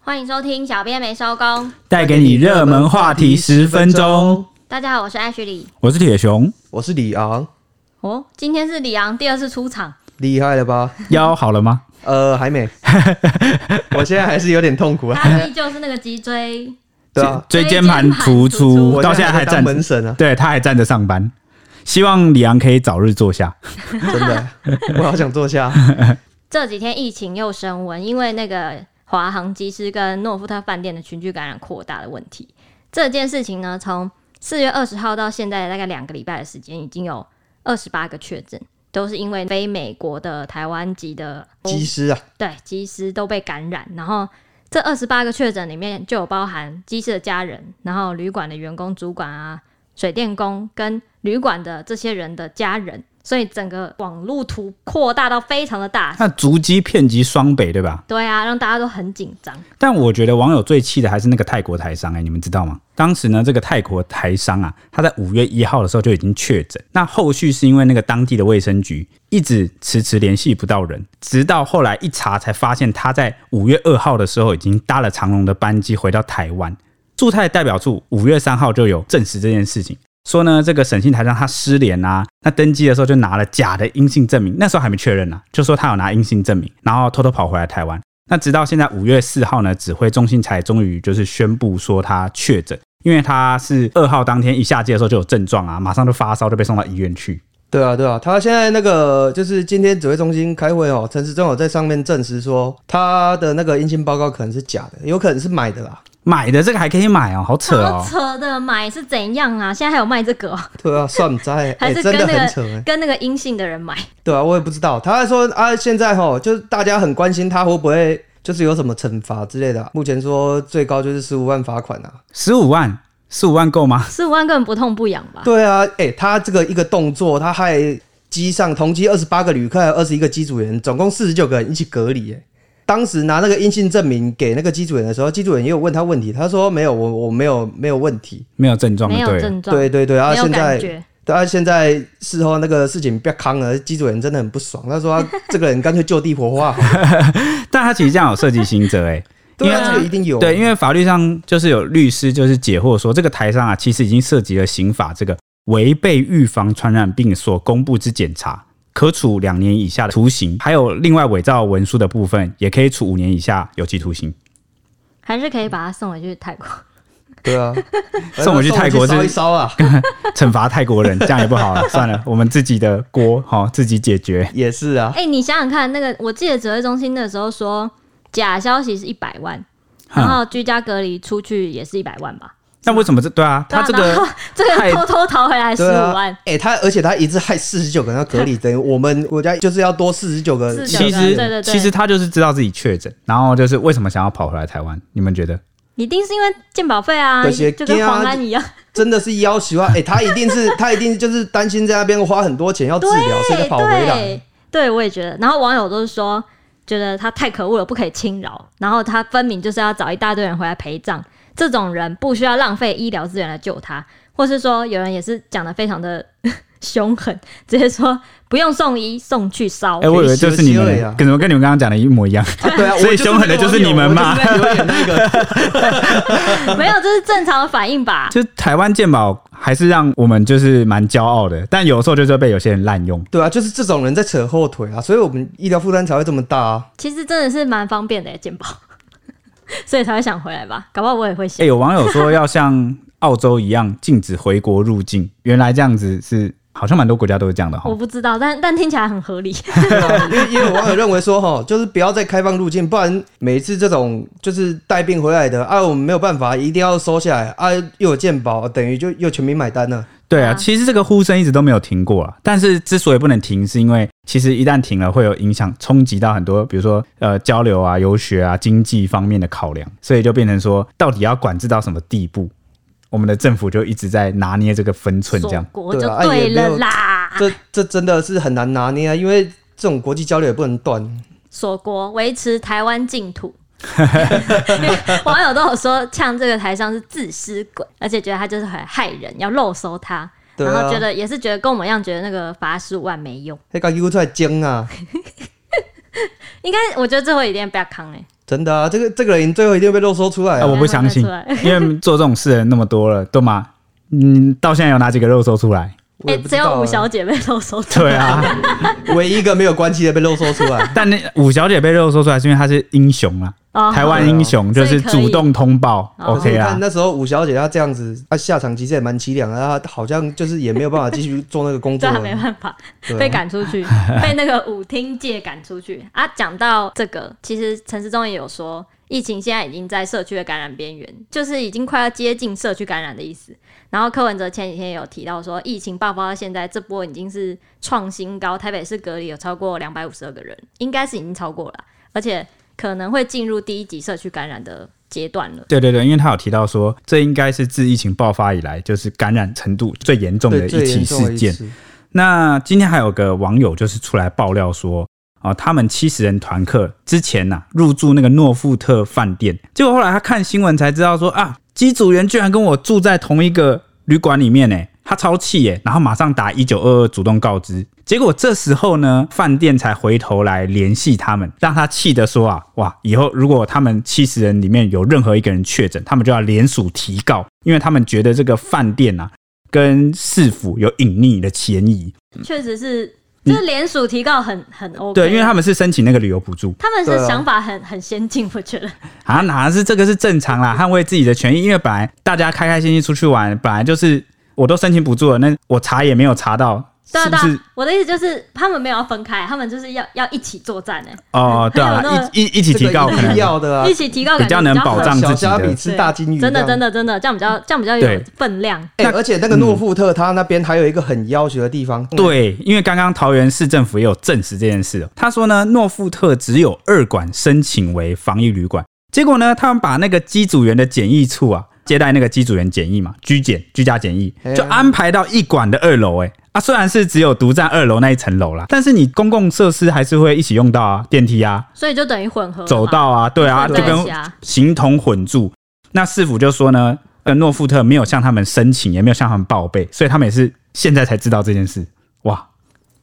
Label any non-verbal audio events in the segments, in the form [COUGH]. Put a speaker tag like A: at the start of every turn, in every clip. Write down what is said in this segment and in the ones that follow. A: 欢迎收听《小编没收工》，
B: 带给你热门话题十分钟。
A: 大家好，我是艾 l 里。
B: 我是铁熊，
C: 我是李昂，
A: 哦，今天是李昂第二次出场，
C: 厉害了吧？
B: 腰好了吗？
C: 呃，还没，我现在还是有点痛苦
A: [LAUGHS]
C: 啊。
A: 他依旧是那个脊椎。
C: 对啊，
B: 椎
A: 椎
B: 间
A: 间
B: 盘
A: 盘突
B: 突
A: 出
B: 出，
C: 我
B: 到现
C: 现
B: 在
C: 还
B: 还站
C: 当，门神啊，
B: 对他还站着上班。希望李昂可以早日坐下。
C: 真的，我好想坐下。
A: 这几天疫情又升温，因为那个华航机师跟诺富特饭店的群聚感染扩大的问题，这件事情呢，从四月二十号到现在大概两个礼拜的时间，已经有二十八个确诊，都是因为非美国的台湾籍的
C: 机师啊，
A: 对机师都被感染，然后这二十八个确诊里面就有包含机师的家人，然后旅馆的员工、主管啊、水电工跟旅馆的这些人的家人，所以整个网路图扩大到非常的大。
B: 那足迹遍及双北，对吧？
A: 对啊，让大家都很紧张。
B: 但我觉得网友最气的还是那个泰国台商哎、你们知道吗？当时呢，这个泰国台商啊，他在五月一号的时候就已经确诊，那后续是因为那个当地的卫生局一直迟迟联系不到人，直到后来一查才发现他在五月二号的时候已经搭了长龙的班机回到台湾。驻泰代表处五月三号就有证实这件事情，说呢这个沈姓台商他失联啊，那登机的时候就拿了假的阴性证明，那时候还没确认呢、啊就说他有拿阴性证明，然后偷偷跑回来台湾。那直到现在五月四号呢，指挥中心才终于就是宣布说他确诊，因为他是二号当天一下机的时候就有症状啊，马上就发烧，就被送到医院去。
C: 对啊，对啊，他现在那个就是今天指挥中心开会哦，陈时中有在上面证实说他的那个阴性报告可能是假的，有可能是买的啦。
B: 买的这个还可以买哦，好扯
A: 超
B: 哦！
A: 扯的，买是怎样啊？现在还有卖这个
C: [LAUGHS]
A: 哦、
C: 对啊，算在，
A: [LAUGHS] 还
C: 哎、
A: 是
C: 真
A: 跟
C: 的
A: 那
C: 很
A: 个、
C: 扯哎、
A: 跟那个阴性的人买？
C: 对啊，我也不知道。他还说啊，现在哈，就是大家很关心他会不会就是有什么惩罚之类的啊、目前说最高就是十五万罚款啊。
B: 十五万，十五万够吗？
A: 十五万根本不痛不痒吧？
C: 对啊，哎、他这个一个动作，他害机上同机二十八个旅客，还有二十一个机组员，总共四十九个人一起隔离。哎，当时拿那个阴性证明给那个机组员的时候，机组员也有问他问题，他说没有，我我没有没有问题。
B: 没有症状就
A: 没有
B: 对了。
A: 症状，
C: 对对对，啊，
A: 没有
C: 现
A: 感
C: 在
A: 觉。
C: 对啊，现在事后那个事情不要扛了，机组员真的很不爽，他说他这个人干脆就地火化好了。
B: 但他其实这样有设计新责
A: [LAUGHS]
B: 哎、[LAUGHS]
C: 对
B: 因
C: 啊，
B: 为
C: 这个一定有。
B: 对，因为法律上就是有律师就是解惑说，这个台上啊，其实已经涉及了刑法这个违背预防传染病所公布之检查，可处两年以下的徒刑；还有另外伪造文书的部分，也可以处五年以下有期徒刑。
A: 还是可以把他送回去泰国。
C: 对啊，
B: 送我去泰国是
C: 烧一烧啊，
B: 惩罚泰国人，这样也不好 [LAUGHS] 了。算了，我们自己的锅好、自己解 [LAUGHS] 决。
C: 也是啊。
A: [LAUGHS] 哎、你想想看，那个我记得指挥中心那时候说，假消息是一百万，然后居家隔离出去也是一百万吧？
B: 那为什么这对啊啊？他这
A: 对啊然
B: 个
A: 后 [LAUGHS] 这个
B: 太
A: 偷偷逃回来十五
C: 对啊，
A: 万，
C: 哎、他而且他一次害四十九个人要隔 [LAUGHS] 离，等于我们国家就是要多四十九个
B: [LAUGHS]
A: 49对
B: 其
A: 对对
B: 实
A: 对
B: 其实他就是知道自己确诊，然后就是为什么想要跑回来台湾？你们觉得？
A: 一定是因为鉴保费啊，
C: 这些
A: 就跟黄安一样，
C: 真的是要求啊！哎、他一定是他一定就是担心在那边花很多钱要治疗，所以才跑回来
A: 对。对，我也觉得。然后网友都是说，觉得他太可恶了，不可以轻饶。然后他分明就是要找一大堆人回来陪葬，这种人不需要浪费医疗资源来救他，或是说有人也是讲的非常的 [LAUGHS] 凶狠，直接说不用送医，送去烧。
B: 哎、我以为就是你
C: 学习而已
B: 们
C: 啊，
B: 跟怎么跟你们刚刚讲的一模一样？
C: 啊 [LAUGHS] 对啊，
B: 所以
C: 我就是
B: 凶狠的就是你们嘛
C: 我就是在留言那个，
A: [LAUGHS] 没有，这是正常的反应吧？
B: [LAUGHS] 就是台湾健保还是让我们就是蛮骄傲的，但有时候就是被有些人滥用。
C: 对啊，就是这种人在扯后腿啊，所以我们医疗负担才会这么大啊。
A: 其实真的是蛮方便的耶，健保， [LAUGHS] 所以才会想回来吧。搞不好我也会
B: 哎、
A: 想，
B: 有网友说要像澳洲一样禁止回国入境，原来这样子是好像蛮多国家都是这样的
C: 哎
B: 哈
A: 我。不知道，但但听起来很合理。
C: 啊因为也有网友认为说，哈，就是不要再开放入境，不然每次这种就是带病回来的啊，我们没有办法，一定要收下来啊，又有健保，等于就又全民买单了。
B: 对
A: 啊
B: 啊，其实这个呼声一直都没有停过啊，但是之所以不能停，是因为其实一旦停了，会有影响，冲击到很多，比如说呃交流啊、游学啊、经济方面的考量，所以就变成说，到底要管制到什么地步？我们的政府就一直在拿捏这个分寸，这
A: 锁
B: 样。
A: 国就
C: 对啊哎
A: 对
C: 也没
A: 了
C: 有
A: 啦。
C: 这这真的是很难拿捏啊，因为这种国际交流也不能断。
A: 锁国，维持台湾净土。 [LAUGHS] 网友都有说，呛这个台商是自私鬼，而且觉得他就是很害人，要漏收他。
C: 对
A: 然后
C: 啊
A: 觉，得也是觉得跟我们一样，觉得那个罚十五万没用。
C: 那个 U 出来精啊，
A: 应该我觉得最后一定要不要扛哎、
C: 真的啊，这个这个人最后一定会被肉搜出来、
B: 啊，
A: 哎
C: 啊。
B: 我不相信
A: 看得，
B: 因为做这种事的人那么多了，对吗？嗯，到现在有哪几个肉搜出
C: [LAUGHS]
B: 来？
A: 哎、
C: 我也不
A: 只
C: 知道啊
A: 有五小姐被肉搜
C: [LAUGHS]
A: 出
B: 对啊，。
C: 唯一一个没有关机的被肉搜出来
B: [LAUGHS]
C: 啊
B: 但那五小姐被肉搜出来是因为她是英雄啊，
A: 哦
B: 台湾英雄
A: 对
B: 就
A: 哦
B: 是主动通报
A: 所以可以
B: ，OK 啊
C: 你
B: 啦
C: 看。那时候五小姐她这样子，她下场其实也蛮凄凉的，她好像就是也没有办法继续做那个工
A: [LAUGHS] 这
C: 作
A: 还
C: 了。
A: 没办法，
C: 对啊
A: 被赶出
B: [LAUGHS]
A: 去，被那个舞厅界赶出去啊！讲到这个，其实陈世忠也有说，疫情现在已经在社区的感染边缘，就是已经快要接近社区感染的意思。然后柯文哲前几天也有提到说，疫情爆发到现在，这波已经是创新高，台北市隔离有超过两百五十二个人，应该是已经超过了啦，而且可能会进入第一级社区感染的阶段了。
B: 对对对，因为他有提到说，这应该是自疫情爆发以来，就是感染程度最严重的
C: 对，
B: 一
C: 最
B: 起
C: 严重的
B: 事
C: 一
B: 件。
C: 次
B: 那今天还有个网友就是出来爆料说，啊、他们七十人团客之前呐、入住那个诺富特饭店，结果后来他看新闻才知道说啊，机组员居然跟我住在同一个旅馆里面呢、他超气耶、然后马上打一九二二主动告知。结果这时候呢，饭店才回头来联系他们，让他气得说啊，哇，以后如果他们七十人里面有任何一个人确诊，他们就要联署提告，因为他们觉得这个饭店啊跟市府有隐匿的嫌疑。
A: 确实是，就是联署提告很很 OK，
B: 嗯对，因为他们是申请那个旅游补助
A: 他们
C: 对
A: 是
C: 啊
A: 想法很很先进，我觉得。
B: 啊，哪是这个是正常啦，捍卫自己的权益，因为本来大家开开心心出去玩，本来就是我都申请补助了，那我查也没有查到，
A: 对啊，
B: 是不
A: 对
B: 是
A: 啊？，我的意思就是他们没有要分开，他们就是要要一起作战哎、
B: 哦，对啊
A: 还有那，
B: 一一一起提高
C: 这
B: 可
C: 个一定
B: 能
C: 要的啊
A: 一，起提高
B: 比
A: 感觉
B: 较能保障
A: 合理
B: 自
C: 小
B: 己
C: 虾米
B: 的。
C: 吃大金鱼，
A: 真的真
C: 的。
A: 的真的，这样比较这样比较
B: 对
A: 有分量。
C: 哎、而且那个诺富特他那边还有一个很要求的地方，，
B: 对，因为刚刚桃园市政府也有证实这件事哦。他说呢，诺富特只有二馆申请为防疫旅馆，结果呢，他们把那个机组员的检疫处啊，接待那个机组员检疫嘛，居检居家检疫
C: 哎，呀
B: 就安排到一馆的二楼、哎。啊，虽然是只有独占二楼那一层楼啦，但是你公共设施还是会一起用到啊，电梯啊、
A: 所以就等于混合嘛
B: 走道啊，对啊，
A: 混
B: 就
A: 在一
B: 跟
A: 起啊
B: 形同混住。那市府就说呢，呃，诺富特没有向他们申请，也没有向他们报备，所以他们也是现在才知道这件事。哇，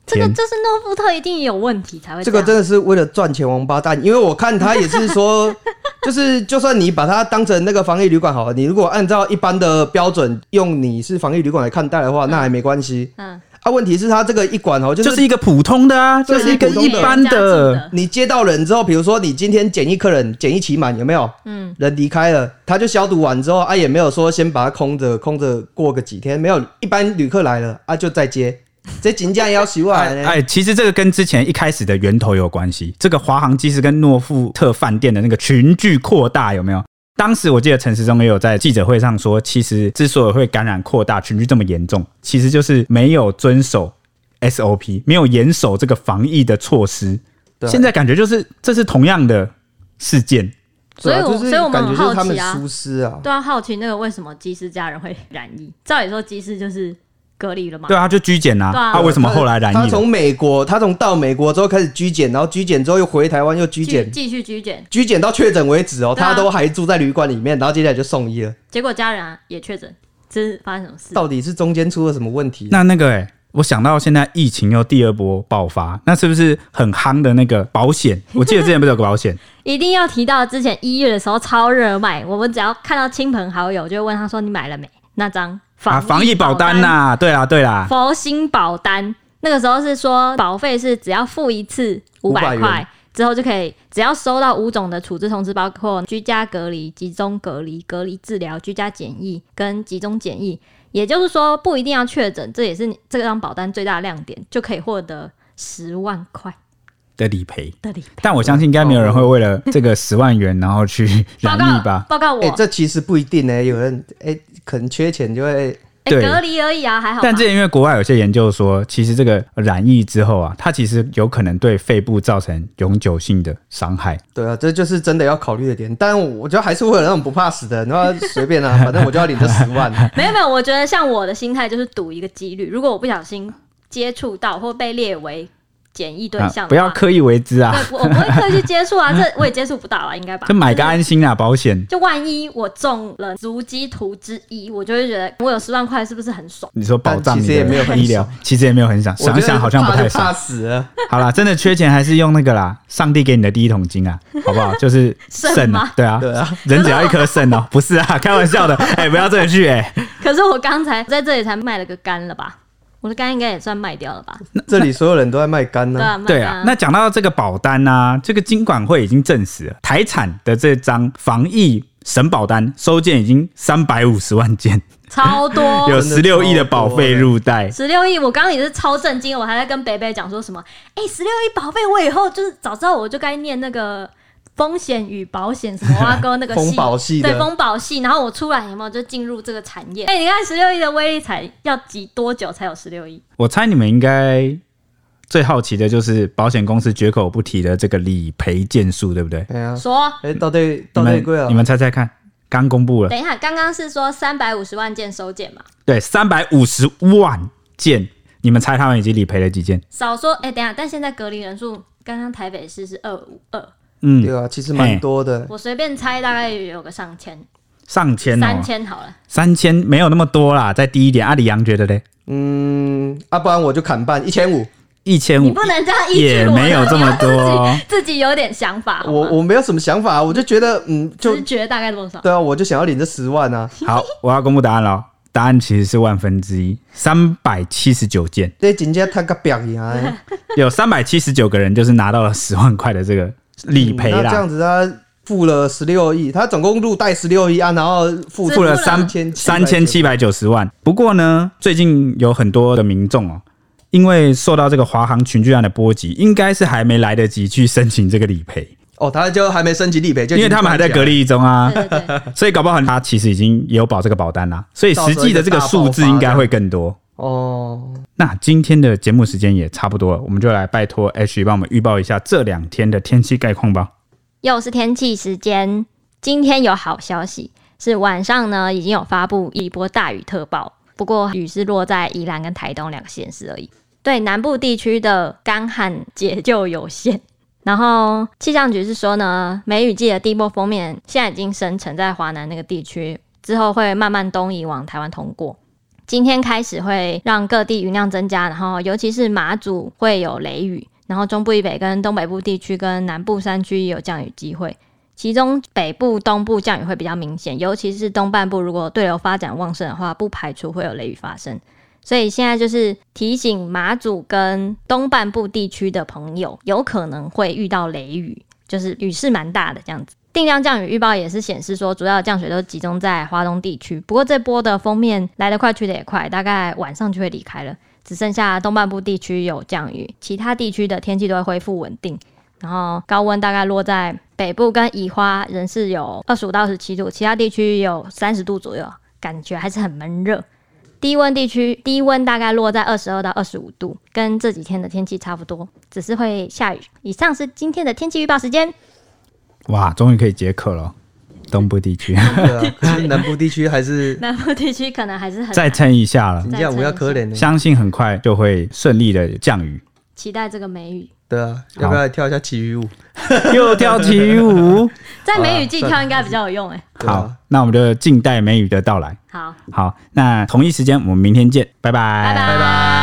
A: 这个
B: 天
A: 就是诺富特一定有问题才会
C: 这个
A: 样
C: 真的是为了赚钱王八蛋，因为我看他也是说，
A: [LAUGHS]
C: 就是就算你把它当成那个防疫旅馆好了，你如果按照一般的标准用你是防疫旅馆来看待的话，那还没关系
A: 嗯，
C: 啊。问题是他这个一馆哦，就
B: 就是是一个普通的啊，
C: 对
B: 就是一个一般
A: 家住
B: 的。
C: 你接到人之后，比如说你今天检疫客人检疫期满有没有？嗯，人离开了，他就消毒完之后啊，也没有说先把它空着，空着过个几天没有，一般旅客来了啊就再接，这金价也要洗完
B: 哎
C: 呢。
B: 哎，其实这个跟之前一开始的源头有关系。这个华航机师跟诺富特饭店的那个群聚扩大有没有？当时我记得陈时中也有在记者会上说，其实之所以会感染扩大、群聚这么严重，其实就是没有遵守 SOP，没有严守这个防疫的措施。
C: 对啊
B: 现在感觉就是这是同样的事件，
A: 所以
C: 对啊
A: 我
C: 就是
A: 所以我们
C: 感
A: 很
C: 觉就是
A: 好
C: 他们
A: 奇啊
C: 疏失啊，
A: 对啊，好奇那个为什么机师家人会染疫？照理说机师就是隔离了嘛，
B: 对啊，就居检啊，
A: 对啊
B: 啊为什么后来染
C: 他
B: 疫了？
C: 从美国，他从到美国之后开始居检，然后居检之后又回台湾又居
A: 继
C: 检，
A: 继续居检，
C: 居检到确诊为止哦，
A: 对啊
C: 他都还住在旅馆里面，然后接下来就送医了。
A: 结果家人啊也确诊，这是发生什么事？
C: 到底是中间出了什么问题？啊
B: 那那个哎、我想到现在疫情又第二波爆发，那是不是很夯的那个保险？我记得之前不是有个保险，
A: 一定要提到之前一月的时候超热卖，我们只要看到亲朋好友就会问他说你买了没那张
B: 啊，防疫保单
A: 呐、
B: 呐、对啦对啦，
A: 佛心保单，那个时候是说保费是只要付一次五百
C: 500
A: 块
C: 元。
A: 之后就可以，只要收到五种的处置通知，包括居家隔离、集中隔离、隔离治疗、居家检疫跟集中检疫。也就是说，不一定要确诊，这也是你这张保单最大的亮点，就可以获得十万块
B: 的理赔。
A: 的理赔。
B: 但我相信应该没有人会为了这个十万元然后去
A: 报
B: [LAUGHS] 染
A: 告
B: 疫吧？
A: 报告我，
C: 哎、这其实不一定呢、有人哎、可能缺钱就会
A: 哎
B: 对
A: 隔离而已啊，还好吧。
B: 但这因为国外有些研究说，其实这个染疫之后啊，它其实有可能对肺部造成永久性的伤害。
C: 对啊，这就是真的要考虑的点。但我觉得还是会有那种不怕死的，然后随便
B: [LAUGHS]
C: 啊，反正我就要领这十万。
A: 没有没有，我觉得像我的心态就是赌一个几率，如果我不小心接触到或被列为检疫对
B: 啊
A: 象的话、
B: 不要刻意为之啊，
A: 对，不我 [LAUGHS] 不会刻意去接触啊，这我也接触不到啊，应该吧？
B: 就买
A: 就是
B: 个安心啊，保险。
A: 就万一我中了足基图之一，我就会觉得我有十万块是不是很爽？ [LAUGHS]
B: 你说保障
C: 但
B: 你
C: 其实也没有
B: 的
C: 很
B: 医疗，其实也没有很想，
C: 我觉
B: 想
C: 得
B: 想好像不
C: 怕
B: 太
C: 就
B: 爽。
C: 怕死啊了。
B: [LAUGHS] 好啦，真的缺钱还是用那个啦，上帝给你的第一桶金啊，好不
A: [LAUGHS]
B: 好？就是
A: 肾
B: 肾啊
A: 吗，
B: 对啊，
C: 对啊，
B: 人只要一颗肾
C: [LAUGHS]
B: 哦，不是啊，开玩笑的，哎，不要这么去哎。
A: 可是我刚才在这里才卖了个肝了吧？我的肝应该也算卖掉了吧？
C: 这里所有人都在卖肝
A: 对
C: 呢、
A: 啊，卖
B: 对
A: 肝
B: 啊，那讲到这个保单啊，这个金管会已经证实了，台产的这张防疫审保单收件已经三百五十万件，
A: 超多，
B: [LAUGHS] 有
C: 真的
B: 十六亿
C: 超
B: 的保
C: 多
B: 费
C: 的
B: 入袋。
A: 十六亿，我刚刚也是超震惊，我还在跟北北讲说什么？哎、十六亿保费，我以后就是早知道我就该念那个风险与保险什么挖沟
C: [LAUGHS]
A: 那个
C: 风保系的
A: 对风保系，然后我出来有没有就进入这个产业？哎、你看十六亿的威力才要集多久才有十六亿？
B: 我猜你们应该最好奇的就是保险公司绝口不提的这个理赔件数，对不对？
C: 哎呀、
A: 说
C: 哎、到底
B: 你
C: 到底
B: 们
C: 贵啊
B: 你？们猜猜看，刚公布了，
A: 等一下，刚刚是说三百五十万件收件嘛？
B: 对，三百五十万件，你们猜他们已经理赔了几件？
A: 少说哎、等一下，但现在隔离人数，刚刚台北市是二五二，
B: 嗯，
C: 对啊，其实蛮多的。
A: 我随便猜大概有个上千、
B: 上千哦
A: 三，千好了。
B: 三千没有那么多啦，再低一点。阿里阳觉得嘞，
C: 嗯，啊，不然我就砍半一千五。
B: 一千
A: 你
B: 五
A: 不能这样依据
B: 也
A: 我
B: 没有
A: [LAUGHS]
B: 这么多哦。
A: 自己有点想法，好吗
C: 我我没有什么想法，我就觉得嗯，就
A: 直觉大概多少？
C: 对啊，我就想要领这十万啊。
B: 好，我要公布答案了，哦答案其实是万分之一，三百七十九
A: [LAUGHS]
B: 件，
C: 这人家他个表扬啊，
B: [LAUGHS] 有三百七十九个人就是拿到了十万块的这个理赔
C: 嗯那
B: 啦。
C: 这样子他付了十六亿，他总共入贷十六亿啊，然后付
A: 是
B: 付了
A: 付了
B: 三
C: 3700
B: 三千七百九十万。不过呢，最近有很多的民众哦，因为受到这个华航群聚案的波及，应该是还没来得及去申请这个理赔，
C: 哦，他就还没升级理赔，就
B: 因为他们还在隔离中啊，
A: 对对对，
B: 所以搞不好他其实已经也有保这个保单啦，所以实际的这个数字应该会更多。
C: 哦。
B: 那今天的节目时间也差不多了，我们就来拜托 H 帮我们预报一下这两天的天气概况吧。
A: 又是天气时间，今天有好消息，是晚上呢已经有发布一波大雨特报，不过雨是落在宜兰跟台东两个县市而已，对南部地区的干旱解救有限。然后气象局是说呢，梅雨季的第一波封面现在已经生成在华南那个地区，之后会慢慢东移往台湾通过。今天开始会让各地云量增加，然后尤其是马祖会有雷雨，然后中部以北跟东北部地区跟南部山区也有降雨机会。其中北部、东部降雨会比较明显，尤其是东半部，如果对流发展旺盛的话，不排除会有雷雨发生。所以现在就是提醒马祖跟东半部地区的朋友，有可能会遇到雷雨，就是雨势蛮大的这样子。定量降雨预报也是显示说，主要的降水都集中在华东地区。不过这波的封面来得快，去得也快，大概晚上就会离开了，只剩下东半部地区有降雨，其他地区的天气都会恢复稳定。然后高温大概落在北部跟宜花，仍是有二十五到十七度，其他地区有三十度左右，感觉还是很闷热。低温地区低温大概落在二十二到二十五度，跟这几天的天气差不多，只是会下雨。以上是今天的天气预报时间。
B: 哇，终于可以解渴了哦，东部地 [LAUGHS] 区
C: 对 [LAUGHS] 啊，看南部地区还是
A: [LAUGHS] 南部地区可能还是很
B: 再撑一下了，
C: 你这样我要可怜欸的，
B: 相信很快就会顺利的降
C: [LAUGHS]
B: 雨。
A: 期待这个梅雨，
C: 对啊，要不要来跳一下旗语舞？
B: 又跳起舞。
A: 在梅雨季跳应该比较有用哎、
C: 对
B: 好
C: 啊，
B: 那我们就静待梅雨的到来。
A: 好，
B: 哎好，那同一时间我们明天见，拜拜，
A: 拜拜。